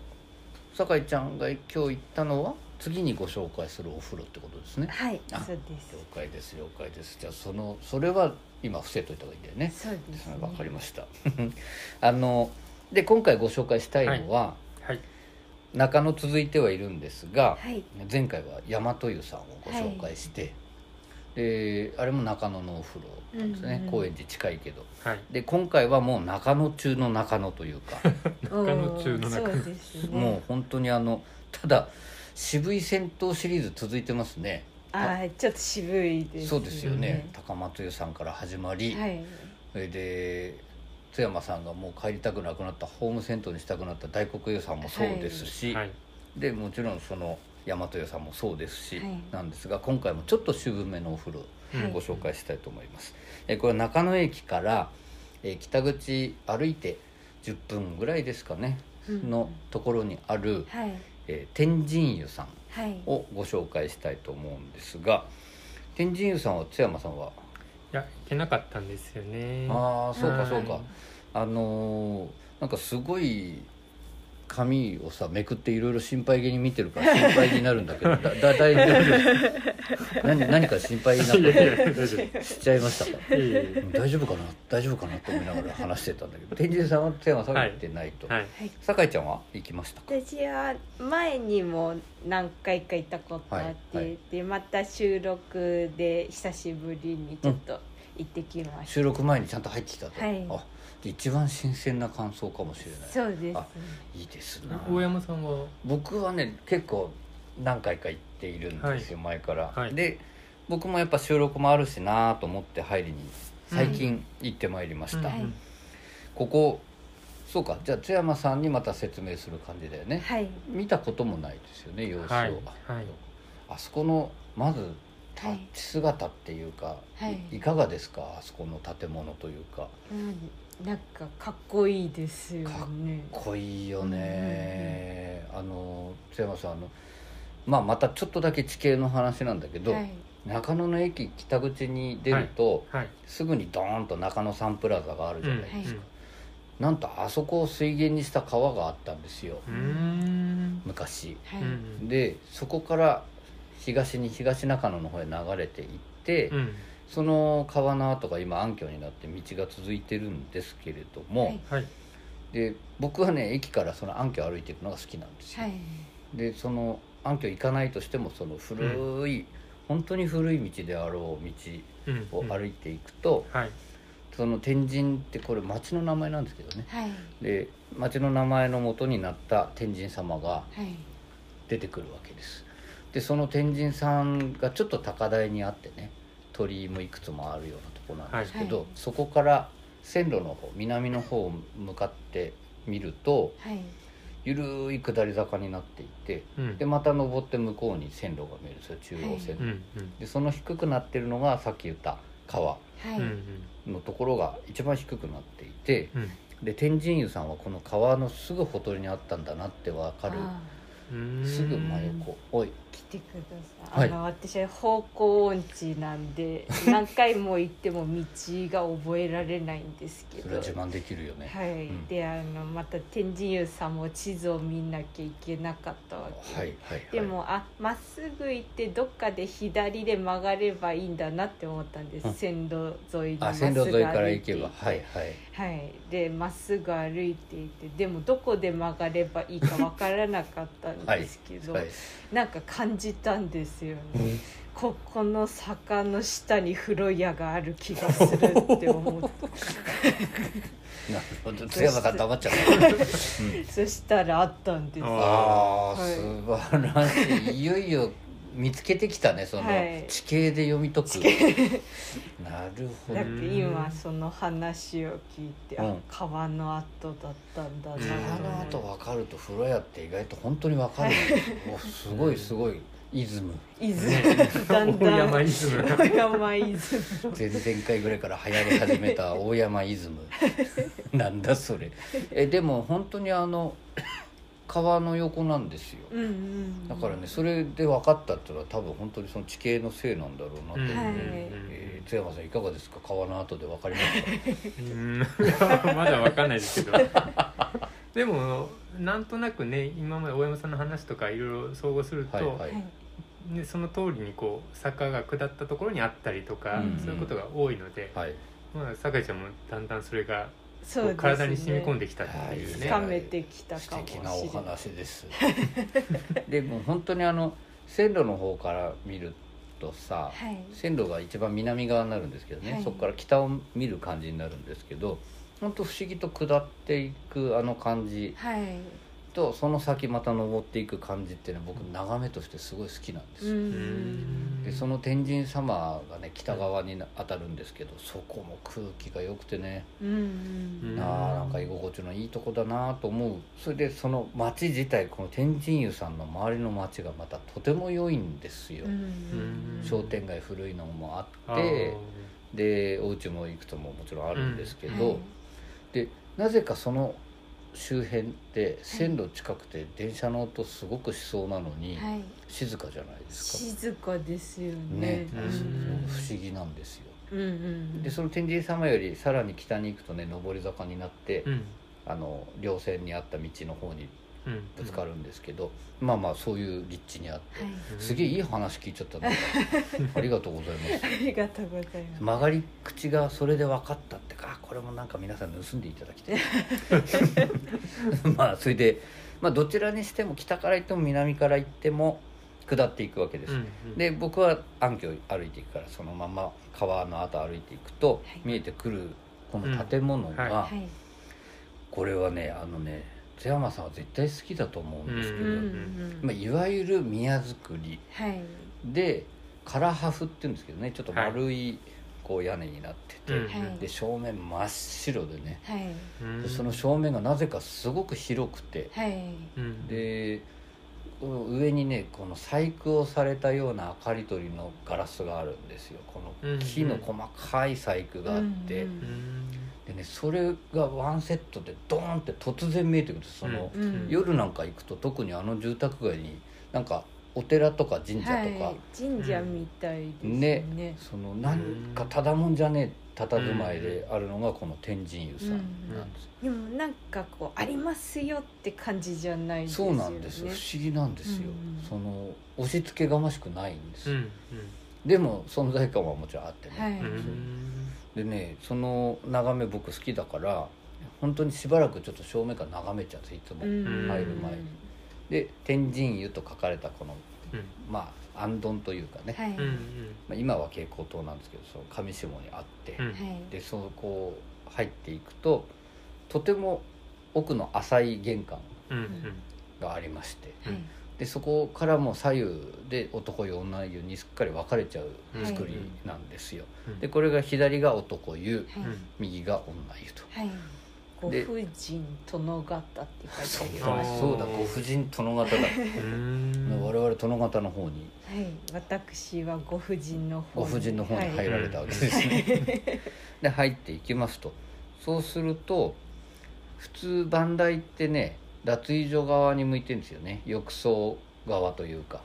[SPEAKER 2] 酒井ちゃんが今日行ったのは次にご紹介するお風呂ってことですね
[SPEAKER 5] はい
[SPEAKER 2] あ
[SPEAKER 5] そうで
[SPEAKER 2] 了解です了解ですじゃあそのそれは今伏せといた方がいいんだよね
[SPEAKER 5] すそうですね
[SPEAKER 2] わかりました あので今回ご紹介したいのは、
[SPEAKER 4] はい
[SPEAKER 2] 中野続いてはいるんですが、
[SPEAKER 5] はい
[SPEAKER 2] 前回は大和湯さんをご紹介して、であれも中野のお風呂なんですね、
[SPEAKER 5] うんうん
[SPEAKER 2] 高円寺近いけど
[SPEAKER 4] はい
[SPEAKER 2] で今回はもう中野中の中野という か、
[SPEAKER 5] 中
[SPEAKER 4] 野中の中
[SPEAKER 5] そうですね
[SPEAKER 2] もう本当にあのただ渋い戦闘シリーズ続いてますね
[SPEAKER 5] あーちょっと渋いです、ね、
[SPEAKER 2] そうですよね高松湯さんから始まり、
[SPEAKER 5] はい
[SPEAKER 2] それで津山さんがもう帰りたくなくなったホーム銭湯にしたくなった大黒湯さんもそうですし、
[SPEAKER 4] はい
[SPEAKER 2] でもちろんその大和湯さんもそうですし、
[SPEAKER 5] はい
[SPEAKER 2] なんですが今回もちょっと渋めのお風呂
[SPEAKER 4] うん
[SPEAKER 2] ご紹介したいと思います、えーこれは中野駅から、えー北口歩いて10分ぐらいですかね、のところにある、
[SPEAKER 5] はい
[SPEAKER 2] えー天神湯さん
[SPEAKER 5] はい
[SPEAKER 2] をご紹介したいと思うんですが天神湯さんは津山さんは、
[SPEAKER 4] いや行けなかったんですよね
[SPEAKER 2] ああそう
[SPEAKER 4] は
[SPEAKER 2] か
[SPEAKER 4] い
[SPEAKER 2] そうか、あのーなんかすごい紙をさめくっていろいろ心配気に見てる から心配になるんだけどだだ大丈夫何何か心配ないこ
[SPEAKER 4] やいやいや
[SPEAKER 2] と
[SPEAKER 4] 大丈夫い
[SPEAKER 2] しちゃいました か
[SPEAKER 4] えいえ
[SPEAKER 2] 大丈夫かな大丈夫かなと思いながら話してたんだけど天神さんはテーマ下げてないと、
[SPEAKER 4] はい
[SPEAKER 2] 酒井ちゃんは行きましたか
[SPEAKER 5] 私は前にも何回か行ったことあって、
[SPEAKER 2] はいはい
[SPEAKER 5] でまた収録で久しぶりにちょっと行ってきまし
[SPEAKER 2] 収録前にちゃんと入ってきたと、
[SPEAKER 5] はい
[SPEAKER 2] あで一番新鮮な感想かもしれ
[SPEAKER 5] た、
[SPEAKER 2] ない
[SPEAKER 5] そうです
[SPEAKER 2] あいいですな
[SPEAKER 4] 大山さんは
[SPEAKER 2] 僕はね結構何回か行っているんですよ、前から、
[SPEAKER 4] はい
[SPEAKER 2] で僕もやっぱ収録もあるしなと思って入りに最近行ってまいりました、
[SPEAKER 5] はい
[SPEAKER 4] うん
[SPEAKER 2] ここそうかじゃあ津山さんにまた説明する感じだよね、
[SPEAKER 5] はい
[SPEAKER 2] 見たこともないですよね様子を、
[SPEAKER 4] はいはい
[SPEAKER 2] あそこのまず
[SPEAKER 5] はい
[SPEAKER 2] 立ち姿っていうか、
[SPEAKER 5] はい
[SPEAKER 2] い、かがですかあそこの建物というかかっ
[SPEAKER 5] うんなんかかっこいいですよね
[SPEAKER 2] こいいよね、あの津山さんあのまあまたちょっとだけ地形の話なんだけど、
[SPEAKER 5] はい
[SPEAKER 2] 中野の駅北口に出ると、
[SPEAKER 4] はい
[SPEAKER 2] すぐにドーンと中野サンプラザがあるじゃない、
[SPEAKER 5] はい
[SPEAKER 2] なんとあそこを水源にした川があったんですよ
[SPEAKER 4] うんうん
[SPEAKER 2] 昔
[SPEAKER 5] はい、
[SPEAKER 4] うん
[SPEAKER 2] でそこから東に東中野の方へ流れていって、
[SPEAKER 4] うん
[SPEAKER 2] その川の跡が今暗渠になって道が続いてるんですけれども、
[SPEAKER 5] はい
[SPEAKER 4] はい
[SPEAKER 2] で僕はね駅からその暗渠歩いていくのが好きなんですよ、
[SPEAKER 5] はい
[SPEAKER 2] でその暗渠行かないとしてもその古い、本当に古い道であろう
[SPEAKER 4] うん
[SPEAKER 2] 道を歩いていくと、
[SPEAKER 4] はい
[SPEAKER 2] その天神ってこれ町の名前なんですけどね
[SPEAKER 5] はい
[SPEAKER 2] で町の名前の元になった天神様が
[SPEAKER 5] はい
[SPEAKER 2] 出てくるわけですでその天神さんがちょっと高台にあってね鳥居もいくつもあるようなとこなんですけど、
[SPEAKER 5] はい
[SPEAKER 2] そこから線路の方南の方を向かってみると
[SPEAKER 5] はい
[SPEAKER 2] ゆるい下り坂になっていて
[SPEAKER 4] うん
[SPEAKER 2] でまた登って向こうに線路が見えるんですよ中央線、
[SPEAKER 4] うん
[SPEAKER 2] でその低くなってるのがさっき言った川
[SPEAKER 5] は
[SPEAKER 4] う
[SPEAKER 5] い
[SPEAKER 4] んうん
[SPEAKER 2] のところが一番低くなっていて
[SPEAKER 4] うん
[SPEAKER 2] で天神湯さんはこの川のすぐほとりにあったんだなってわかる
[SPEAKER 5] あ
[SPEAKER 4] うん
[SPEAKER 2] すぐ真横おい
[SPEAKER 5] ー来てください、あの私は方向音痴なん で何回も行っても道が覚えられないんですけ
[SPEAKER 2] それは
[SPEAKER 5] ど
[SPEAKER 2] 自慢できるよね、
[SPEAKER 5] はい、
[SPEAKER 2] うん
[SPEAKER 5] であのまた天神湯さんも地図を見なきゃいけなかったわけ、
[SPEAKER 2] はいはいはい
[SPEAKER 5] でもあまっすぐ行ってどっかで左で曲がればいいんだなって思ったんです、
[SPEAKER 2] うん
[SPEAKER 5] 線路沿いにま
[SPEAKER 2] あ
[SPEAKER 5] っす
[SPEAKER 2] 線
[SPEAKER 5] ぐ
[SPEAKER 2] 路
[SPEAKER 5] 歩いて
[SPEAKER 2] 沿いから
[SPEAKER 5] い
[SPEAKER 2] 行けばはいはい
[SPEAKER 5] はい、でまっすぐ歩いていてでもどこで曲がればいいかわからなかったんですけど、
[SPEAKER 2] はい
[SPEAKER 5] なんか感じたんですよね、
[SPEAKER 2] うん
[SPEAKER 5] ここの坂の下に風呂屋がある気がするって思って
[SPEAKER 2] なるほど津山さん黙っちゃった うん
[SPEAKER 5] そしたらあったんです
[SPEAKER 4] あ
[SPEAKER 2] あ
[SPEAKER 5] はい
[SPEAKER 2] ー素晴らしいいよいよ見つけてきたねその
[SPEAKER 5] はい
[SPEAKER 2] 地形で読み解くなるほど
[SPEAKER 5] だっ
[SPEAKER 2] な
[SPEAKER 5] て今その話を聞いて、
[SPEAKER 2] う
[SPEAKER 5] あ
[SPEAKER 2] ん
[SPEAKER 5] 川の跡だったんだな
[SPEAKER 4] 川
[SPEAKER 2] あの後分かると風呂屋って意外と本当に分かるんですよおすごいすごいイズム
[SPEAKER 5] イズ
[SPEAKER 4] ね
[SPEAKER 5] だんだん
[SPEAKER 4] 大山イズム
[SPEAKER 5] 大山イズム
[SPEAKER 2] 前々回ぐらいから流行り始めた大山イズムなんだそれえでも本当にあの川の横なんですよ
[SPEAKER 5] うんうん
[SPEAKER 2] だからねそれで分かったっていうのは多分本当にその地形のせいなんだろうなと、
[SPEAKER 4] うんうん
[SPEAKER 5] はい
[SPEAKER 2] えー津山さんいかがですか川の後で分かりました
[SPEAKER 4] うんうんい やまだわかんないですけど でもなんとなくね今まで大山さんの話とかいろいろ総合すると、
[SPEAKER 2] はいはい
[SPEAKER 5] はい
[SPEAKER 4] ね、その通りにこう坂が下ったところにあったりとか、
[SPEAKER 2] うんうん
[SPEAKER 4] そういうことが多いので、
[SPEAKER 2] はい
[SPEAKER 4] まあ、酒井ちゃんもだんだんそれが
[SPEAKER 5] そうですね
[SPEAKER 4] 体に染み込んできたっていうね、
[SPEAKER 5] 掴めてきた
[SPEAKER 2] 素
[SPEAKER 5] かもし
[SPEAKER 2] 敵
[SPEAKER 5] れ
[SPEAKER 2] な
[SPEAKER 5] ない
[SPEAKER 2] お話ですでも本当にあの線路の方から見る とさ、
[SPEAKER 5] はい
[SPEAKER 2] 線路が一番南側になるんですけどね、
[SPEAKER 5] はい
[SPEAKER 2] そこから北を見る感じになるんですけど本当不思議と下っていくあの感じ
[SPEAKER 5] はい
[SPEAKER 2] とその先また登っていく感じっていうのは僕眺めとしてすごい好きなんです
[SPEAKER 5] う
[SPEAKER 2] よ、
[SPEAKER 5] ん
[SPEAKER 2] でその天神様がね北側にな当たるんですけどそこも空気が良くてね
[SPEAKER 5] うんうん
[SPEAKER 2] なあなんか居心地のいいとこだなと思うそれでその町自体この天神湯さんの周りの町がまたとても良いんですよ、
[SPEAKER 5] うんうん
[SPEAKER 2] 商店街古いのもあ
[SPEAKER 4] あ
[SPEAKER 2] って
[SPEAKER 4] ー
[SPEAKER 2] でお家もいくつももちろんあるんですけど、
[SPEAKER 5] はい
[SPEAKER 2] でなぜかその周辺って線路近くて電車の音すごくしそうなのに
[SPEAKER 5] はい
[SPEAKER 2] 静かじゃないですか、
[SPEAKER 5] 静かですよ
[SPEAKER 2] ね
[SPEAKER 5] ね
[SPEAKER 2] 不
[SPEAKER 4] う
[SPEAKER 5] うん
[SPEAKER 4] ん
[SPEAKER 2] 思議なんですよ
[SPEAKER 5] うんうん
[SPEAKER 2] でその天神様よりさらに北に行くとね上り坂になって、
[SPEAKER 4] うん
[SPEAKER 2] あの稜線にあった道の方に
[SPEAKER 4] うん、
[SPEAKER 2] ぶつかるんですけど、まあまあそういう立地にあって、
[SPEAKER 5] はい
[SPEAKER 4] うん
[SPEAKER 2] すげえいい話聞いちゃったなありがとうございます
[SPEAKER 5] ありがとうございます
[SPEAKER 2] 曲がり口がそれで分かったってかあこれもなんか皆さん盗んでいただきたいまあそれで、まあ、どちらにしても北から行っても南から行っても下っていくわけです、
[SPEAKER 4] うんうん
[SPEAKER 2] で僕は暗渠を歩いていくからそのまま川の後歩いていくと、
[SPEAKER 5] はい
[SPEAKER 2] 見えてくるこの建物が、
[SPEAKER 4] うん
[SPEAKER 5] はい
[SPEAKER 2] これはねあのね津山さんは絶対好きだと思うんですけ
[SPEAKER 5] う
[SPEAKER 2] ど、
[SPEAKER 5] んうん
[SPEAKER 2] まあ、いわゆる宮造り
[SPEAKER 5] はい
[SPEAKER 2] で唐破風っていうんですけどねちょっと丸いこう屋根になってて、
[SPEAKER 4] うん
[SPEAKER 5] はい
[SPEAKER 2] で正面真っ白でね、
[SPEAKER 5] はい
[SPEAKER 4] うん
[SPEAKER 2] でその正面がなぜかすごく広くて
[SPEAKER 5] はい
[SPEAKER 4] うん
[SPEAKER 2] でこの上にねこの細工をされたような明かり取りのガラスがあるんですよこの木の細かい細工があって、
[SPEAKER 5] うん
[SPEAKER 2] でねそれがワンセットでドーンって突然見えてくるんですその、
[SPEAKER 5] うんうん
[SPEAKER 2] 夜なんか行くと特にあの住宅街になんかお寺とか神社とか、
[SPEAKER 5] はい、神社みたいですね
[SPEAKER 2] そのなんかただもんじゃねえ佇まいであるのがこの天神湯さんなんです、
[SPEAKER 5] でもなんかこうありますよって感じじゃないですよ
[SPEAKER 2] そう
[SPEAKER 5] ね
[SPEAKER 2] なんですよ不思議なんですよ、
[SPEAKER 5] うん
[SPEAKER 2] その押し付けがましくないんです、
[SPEAKER 4] うん
[SPEAKER 2] でも存在感はもちろんあってね、
[SPEAKER 5] はい
[SPEAKER 4] うんうん
[SPEAKER 2] でねその眺め僕好きだから本当にしばらくちょっと正面から眺めちゃうんですいつも、
[SPEAKER 5] うん
[SPEAKER 4] 入る
[SPEAKER 2] 前にで天神湯と書かれたこの
[SPEAKER 4] うん
[SPEAKER 2] まあ安頓というかね、
[SPEAKER 5] はい、
[SPEAKER 4] うんうん
[SPEAKER 2] まあ、今は蛍光灯なんですけどその上下にあって、
[SPEAKER 4] うん
[SPEAKER 5] はい
[SPEAKER 2] でそこう入っていくととても奥の浅い玄関
[SPEAKER 4] うんうん
[SPEAKER 2] がありまして
[SPEAKER 5] はい
[SPEAKER 2] でそこからも左右で男湯女湯にすっかり分かれちゃう作りなんですよ、
[SPEAKER 4] うん
[SPEAKER 2] でこれが左が男湯
[SPEAKER 5] はい、
[SPEAKER 2] 右が女湯と。
[SPEAKER 5] はいご
[SPEAKER 2] で
[SPEAKER 5] 婦人殿方って書
[SPEAKER 2] そ
[SPEAKER 5] いうてありま
[SPEAKER 2] だ
[SPEAKER 5] す
[SPEAKER 4] あー
[SPEAKER 2] そうだご婦人殿方だ
[SPEAKER 4] うん
[SPEAKER 2] 我々殿方の方に
[SPEAKER 5] はい私はご婦人の方
[SPEAKER 2] ご婦人の方に
[SPEAKER 5] は
[SPEAKER 2] 入
[SPEAKER 5] い
[SPEAKER 2] られたわけですね、 で入っていきますとそうすると普通番台ってね脱衣所側に向いてるんですよね浴槽側というか、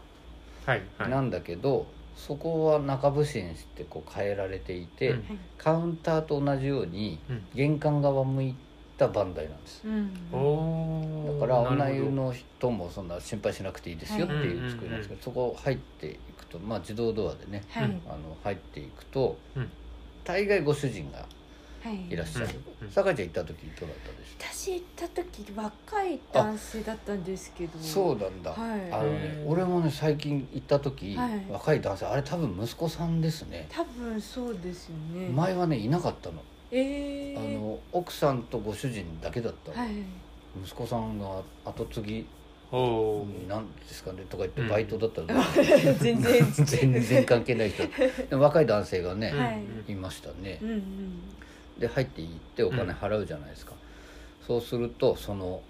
[SPEAKER 4] はいはい
[SPEAKER 2] なんだけどそこは中伏進してこう変えられていて、
[SPEAKER 4] うん
[SPEAKER 5] はい
[SPEAKER 2] カウンターと同じように
[SPEAKER 4] うん
[SPEAKER 2] 玄関側向いた番台なんです
[SPEAKER 5] うん
[SPEAKER 2] だ
[SPEAKER 4] お
[SPEAKER 2] から女
[SPEAKER 4] 湯
[SPEAKER 2] 湯の人もそんな心配しなくていいですよっていう作りなんですけど、そこ入っていくと、まあ、自動ドアでね
[SPEAKER 5] はい
[SPEAKER 2] あの入っていくと、
[SPEAKER 4] うん
[SPEAKER 2] 大概ご主人が
[SPEAKER 5] はい
[SPEAKER 2] いらっしゃる
[SPEAKER 4] うん
[SPEAKER 2] 酒井ちゃん行った時どうだったでし
[SPEAKER 5] 私
[SPEAKER 2] ょ
[SPEAKER 5] 行った時若い男性だったんですけど
[SPEAKER 2] うそう
[SPEAKER 5] う
[SPEAKER 2] なんだ、
[SPEAKER 5] はい
[SPEAKER 2] あのね俺もね最近行った時、
[SPEAKER 5] はい
[SPEAKER 2] 若い男性あれ多分息子さんですね
[SPEAKER 5] 多分そうですよね
[SPEAKER 2] 前はねいなかったの,、
[SPEAKER 5] ええ
[SPEAKER 2] あの奥さんとご主人だけだったの、
[SPEAKER 5] はい
[SPEAKER 2] 息子さんが後継ぎ
[SPEAKER 4] おー
[SPEAKER 2] なんですかねとか言ってバイトだったの、
[SPEAKER 5] 全然
[SPEAKER 2] 全然関係ない人でも若い男性がね、
[SPEAKER 5] はい
[SPEAKER 2] いましたね
[SPEAKER 5] うんうん
[SPEAKER 2] で入っていってお金払うじゃないですか、そうするとその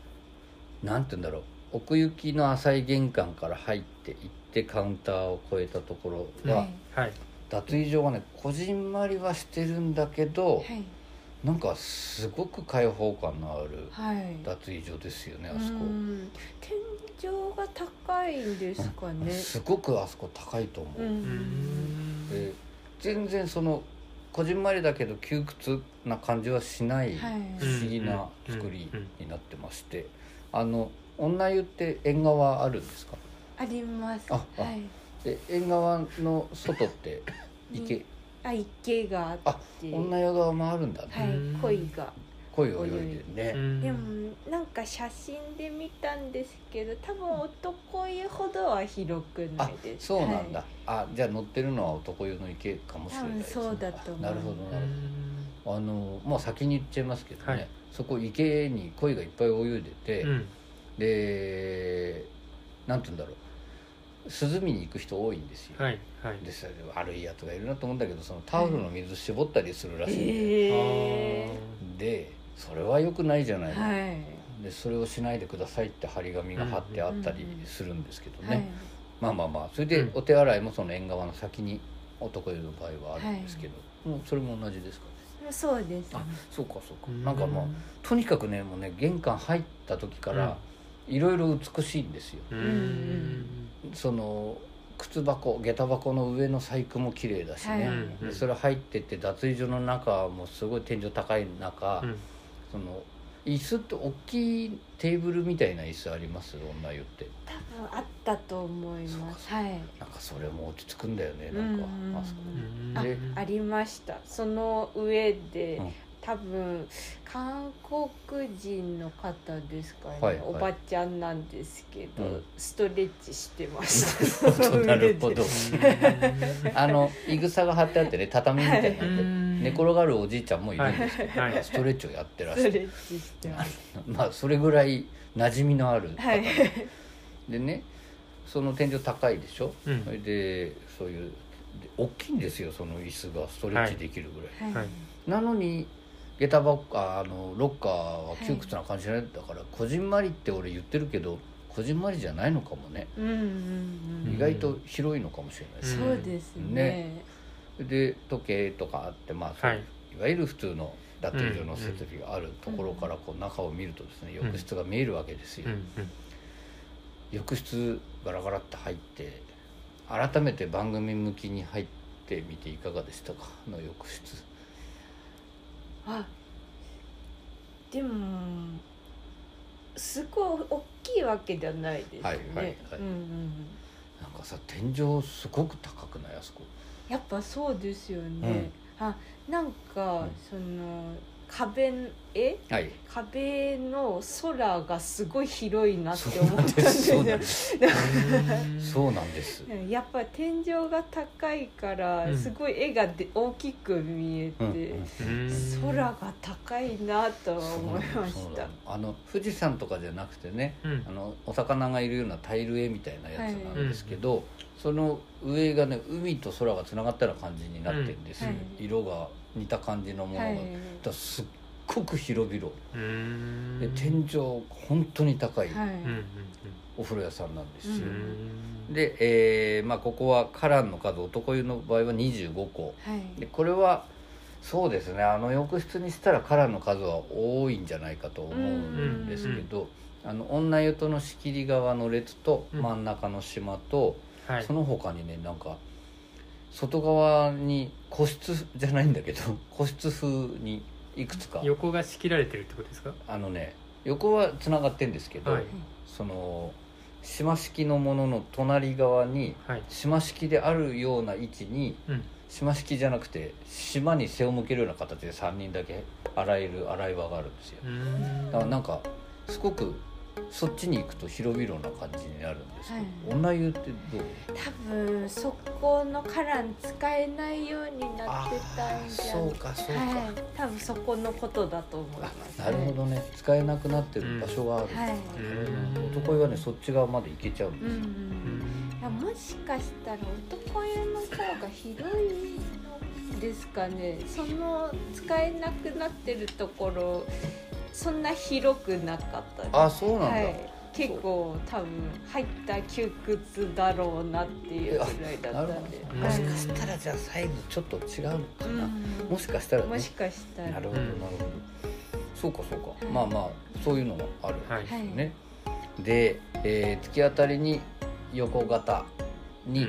[SPEAKER 2] なんて言うんだろう奥行きの浅い玄関から入っていってカウンターを越えたところ
[SPEAKER 5] は
[SPEAKER 2] は、
[SPEAKER 5] い
[SPEAKER 4] はい
[SPEAKER 2] 脱衣所がねこじんまりはしてるんだけど、
[SPEAKER 5] はい
[SPEAKER 2] なんかすごく開放感のある
[SPEAKER 5] はい
[SPEAKER 2] 脱衣所ですよねあ
[SPEAKER 5] う
[SPEAKER 2] そこ。
[SPEAKER 5] ん天井が高いんですかね
[SPEAKER 2] すごくあそこ高いと思う、
[SPEAKER 5] うん
[SPEAKER 2] で全然そのこじんまりだけど窮屈な感じはしない
[SPEAKER 5] はい
[SPEAKER 2] 不思議な作りになってましてあの女湯って縁側あるんですか
[SPEAKER 5] あります
[SPEAKER 2] ああ
[SPEAKER 5] はい
[SPEAKER 2] で縁側の外って
[SPEAKER 5] う
[SPEAKER 2] 池
[SPEAKER 5] んあ池があって
[SPEAKER 2] 女湯側もあるんだね
[SPEAKER 5] はい
[SPEAKER 4] うん
[SPEAKER 5] 鯉が
[SPEAKER 2] 鯉泳いでる
[SPEAKER 4] う
[SPEAKER 2] ね
[SPEAKER 4] ん
[SPEAKER 5] でもなんか写真で見たんですけど多分男湯ほどは広くな
[SPEAKER 2] あ
[SPEAKER 5] いです
[SPEAKER 2] そうなんだ
[SPEAKER 5] は
[SPEAKER 2] あじゃあ乗ってるのは男湯の池かもしれないですね
[SPEAKER 5] 多分そうだと思う
[SPEAKER 2] なるほどな
[SPEAKER 4] う
[SPEAKER 2] る
[SPEAKER 4] ん
[SPEAKER 2] ほどあのまあ先に言っちゃいますけどね、
[SPEAKER 4] はい
[SPEAKER 2] そこ池に鯉がいっぱい泳いでて、
[SPEAKER 4] うん
[SPEAKER 2] でなんて言うんだろう涼みに行く人多いんですよ、
[SPEAKER 4] はいはい
[SPEAKER 2] でそれで悪いやつがいるなと思うんだけどそのタオルの水絞ったりするら
[SPEAKER 5] い
[SPEAKER 2] しいんで、
[SPEAKER 5] え
[SPEAKER 2] でそれは良くないじゃな
[SPEAKER 5] え
[SPEAKER 2] いの、
[SPEAKER 5] はい
[SPEAKER 2] でそれをしないでくださいって張り紙が貼ってあったり
[SPEAKER 5] うんうん
[SPEAKER 2] するんですけどね、
[SPEAKER 5] はい
[SPEAKER 2] まあまあまあそれで
[SPEAKER 4] うん
[SPEAKER 2] お手洗いもその縁側の先に男湯の場合はあるんですけど、もうそれも同じですかね
[SPEAKER 5] そうですね
[SPEAKER 2] あそうかそうか、
[SPEAKER 4] うん
[SPEAKER 2] なんかもうとにかくねもうね玄関入った時からいろいろ美しいんですよ
[SPEAKER 4] うん
[SPEAKER 5] ん
[SPEAKER 2] その靴箱下駄箱の上の細工も綺麗だしね、
[SPEAKER 5] は
[SPEAKER 4] うん
[SPEAKER 2] でそれ入ってって脱衣所の中もすごい天井高い中、
[SPEAKER 4] うん
[SPEAKER 2] その椅子って大きいテーブルみたいな椅子あります女湯って
[SPEAKER 5] 多分あったと思いますはい
[SPEAKER 2] なんかそれも落ち着くんだよねなんか、
[SPEAKER 5] うん
[SPEAKER 2] あそこ
[SPEAKER 4] うん
[SPEAKER 5] あ
[SPEAKER 2] で
[SPEAKER 5] ありましたその上で、
[SPEAKER 2] うん
[SPEAKER 5] 多分韓国人の方ですかね、
[SPEAKER 2] はいはい
[SPEAKER 5] おばちゃんなんですけど、
[SPEAKER 2] うん
[SPEAKER 5] ストレッチしてましたその
[SPEAKER 2] な
[SPEAKER 5] 上で
[SPEAKER 2] る ほど
[SPEAKER 4] うん
[SPEAKER 2] あのいぐさが張ってあってね畳みたいになって、
[SPEAKER 4] うん
[SPEAKER 2] 寝転がるおじいちゃんもいるんですけど、
[SPEAKER 4] はいはい
[SPEAKER 2] ストレッチをやってらっ
[SPEAKER 5] ス
[SPEAKER 2] し
[SPEAKER 5] ト
[SPEAKER 2] ゃる
[SPEAKER 5] レッチしてました
[SPEAKER 2] まあそれぐらい馴染みのある方、
[SPEAKER 5] はい
[SPEAKER 2] でねその天井高いでしょ、
[SPEAKER 4] うん
[SPEAKER 2] それでそういうで大きいんですよその椅子がストレッチできるぐらい、
[SPEAKER 5] はい、
[SPEAKER 4] はい
[SPEAKER 2] なのに下駄箱ああのロッカーは窮屈な感じじゃない、だからこじんまりって俺言ってるけどこじんまりじゃないのかもね、
[SPEAKER 5] うんうんうん
[SPEAKER 2] 意外と広いのかもしれないです、
[SPEAKER 5] そうですね
[SPEAKER 2] ねで時計とかあってまあそう、
[SPEAKER 4] はいい、
[SPEAKER 2] わゆる普通の脱衣所の設備があるところからこう中を見るとですね
[SPEAKER 4] うん
[SPEAKER 2] 浴室が見えるわけですよ、
[SPEAKER 4] うんうん
[SPEAKER 2] 浴室ガラガラって入って改めて番組向きに入ってみていかがでしたかあの浴室
[SPEAKER 5] あでもすごい大きいわけじゃないですよね、
[SPEAKER 2] はいはいはい
[SPEAKER 5] うんうんうん
[SPEAKER 2] なんかさ天井すごく高くないあそこ
[SPEAKER 5] やっぱそうですよね、あなんか、
[SPEAKER 2] うん
[SPEAKER 5] その壁え
[SPEAKER 2] はい
[SPEAKER 5] 壁の空がすごい広いなっ
[SPEAKER 2] そ
[SPEAKER 5] て
[SPEAKER 2] う
[SPEAKER 5] 思
[SPEAKER 2] な
[SPEAKER 5] った
[SPEAKER 2] ん
[SPEAKER 5] ん
[SPEAKER 2] で
[SPEAKER 5] ですす
[SPEAKER 2] そう
[SPEAKER 5] よね
[SPEAKER 2] なんです
[SPEAKER 4] うん
[SPEAKER 2] そうなんです
[SPEAKER 5] うんやっぱ天井が高いから
[SPEAKER 4] うん
[SPEAKER 5] すごい絵がで大きく見えて、
[SPEAKER 2] うんうん
[SPEAKER 4] うん
[SPEAKER 5] 空が高いなとは思いま
[SPEAKER 2] そう
[SPEAKER 5] し
[SPEAKER 2] な
[SPEAKER 5] た
[SPEAKER 2] のあの富士山とかじゃなくてね
[SPEAKER 4] うん
[SPEAKER 2] あのお魚がいるようなタイル絵みたいなやつなんですけど、その上がね海と空がつながったような感じになってるんですよ、
[SPEAKER 5] うんはい
[SPEAKER 2] 色が似た感じのものが、
[SPEAKER 5] はい
[SPEAKER 2] だからすっごく広々
[SPEAKER 4] うん
[SPEAKER 2] で天井本当に高い
[SPEAKER 5] はい、
[SPEAKER 4] うんうん
[SPEAKER 2] お風呂屋さんなんですよ、
[SPEAKER 4] うんうん
[SPEAKER 2] で、えーまあ、ここはカランの数男湯の場合は25個
[SPEAKER 5] はい
[SPEAKER 2] でこれはそうですねあの浴室にしたらカランの数は多いんじゃないかと思うんですけど、あの女湯との仕切り側の列と
[SPEAKER 4] うん
[SPEAKER 2] 真ん中の島と、
[SPEAKER 4] はい
[SPEAKER 2] その他にねなんか外側に個室じゃないんだけど 個室風にいくつか
[SPEAKER 4] 横が仕切られてるってことですか
[SPEAKER 2] あのね横はつながってんですけど、
[SPEAKER 4] はい
[SPEAKER 2] その島式のものの隣側に
[SPEAKER 4] はい
[SPEAKER 2] 島式であるような位置に
[SPEAKER 4] うん
[SPEAKER 2] 島式じゃなくて島に背を向けるような形で3人だけ洗える洗い場があるんですよ
[SPEAKER 4] うん
[SPEAKER 2] だからなんかすごくそっちに行くと広々な感じになるんですけど、女湯ってどう
[SPEAKER 5] 多分そこのカラン使えないようになってたんじゃ
[SPEAKER 2] そうかそうか、
[SPEAKER 5] はい、多分そこのことだと思いま
[SPEAKER 2] あ
[SPEAKER 5] す、
[SPEAKER 2] なるほどね使えなくなってる場所がある、
[SPEAKER 5] はい、
[SPEAKER 4] うん
[SPEAKER 2] 男湯はねそっち側まで行けちゃうん
[SPEAKER 5] う
[SPEAKER 2] で
[SPEAKER 5] んうん、
[SPEAKER 2] すよ、
[SPEAKER 5] いやもしかしたら男湯の方が広いのですかねその使えなくなってるところそんな広くなかったです
[SPEAKER 2] あそうなんだ、
[SPEAKER 5] はい、結構多分入った窮屈だろうなっていうぐらいだ
[SPEAKER 2] な
[SPEAKER 5] っ
[SPEAKER 2] る
[SPEAKER 5] た
[SPEAKER 2] ほ
[SPEAKER 5] んで
[SPEAKER 2] ど、
[SPEAKER 4] ん
[SPEAKER 2] もしかしたらじゃあサイズちょっと違うのかな、もしかしたら、
[SPEAKER 5] も
[SPEAKER 2] ね、
[SPEAKER 5] しかしたら
[SPEAKER 2] なるほどなるほど、
[SPEAKER 4] うん
[SPEAKER 2] そうかそうかまあまあそういうのもあるんですよね、で、えー突き当たりに横型に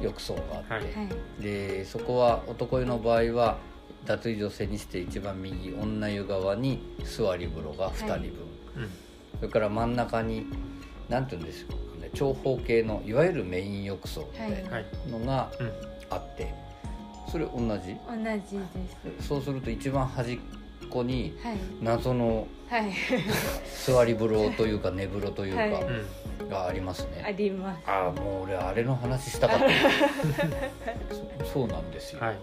[SPEAKER 2] 浴槽があって、
[SPEAKER 4] はい
[SPEAKER 5] はい
[SPEAKER 2] でそこは男湯の場合は脱衣所制にして一番右女湯側に座り風呂が2人分、
[SPEAKER 5] はい
[SPEAKER 4] うん
[SPEAKER 2] それから真ん中に何て言うんですかね長方形のいわゆるメイン浴槽みたい
[SPEAKER 4] はい
[SPEAKER 2] なのが
[SPEAKER 4] うん
[SPEAKER 2] あって、それ同じ
[SPEAKER 5] 同じです
[SPEAKER 2] そうすると一番端っこに
[SPEAKER 5] はい
[SPEAKER 2] 謎の
[SPEAKER 5] はい
[SPEAKER 2] 座り風呂というか寝風呂というか、
[SPEAKER 5] はい
[SPEAKER 4] うん
[SPEAKER 2] があります
[SPEAKER 5] あ
[SPEAKER 2] ね
[SPEAKER 5] ります
[SPEAKER 2] ああもう俺あれの話したかったそそうなんですよ、
[SPEAKER 4] はい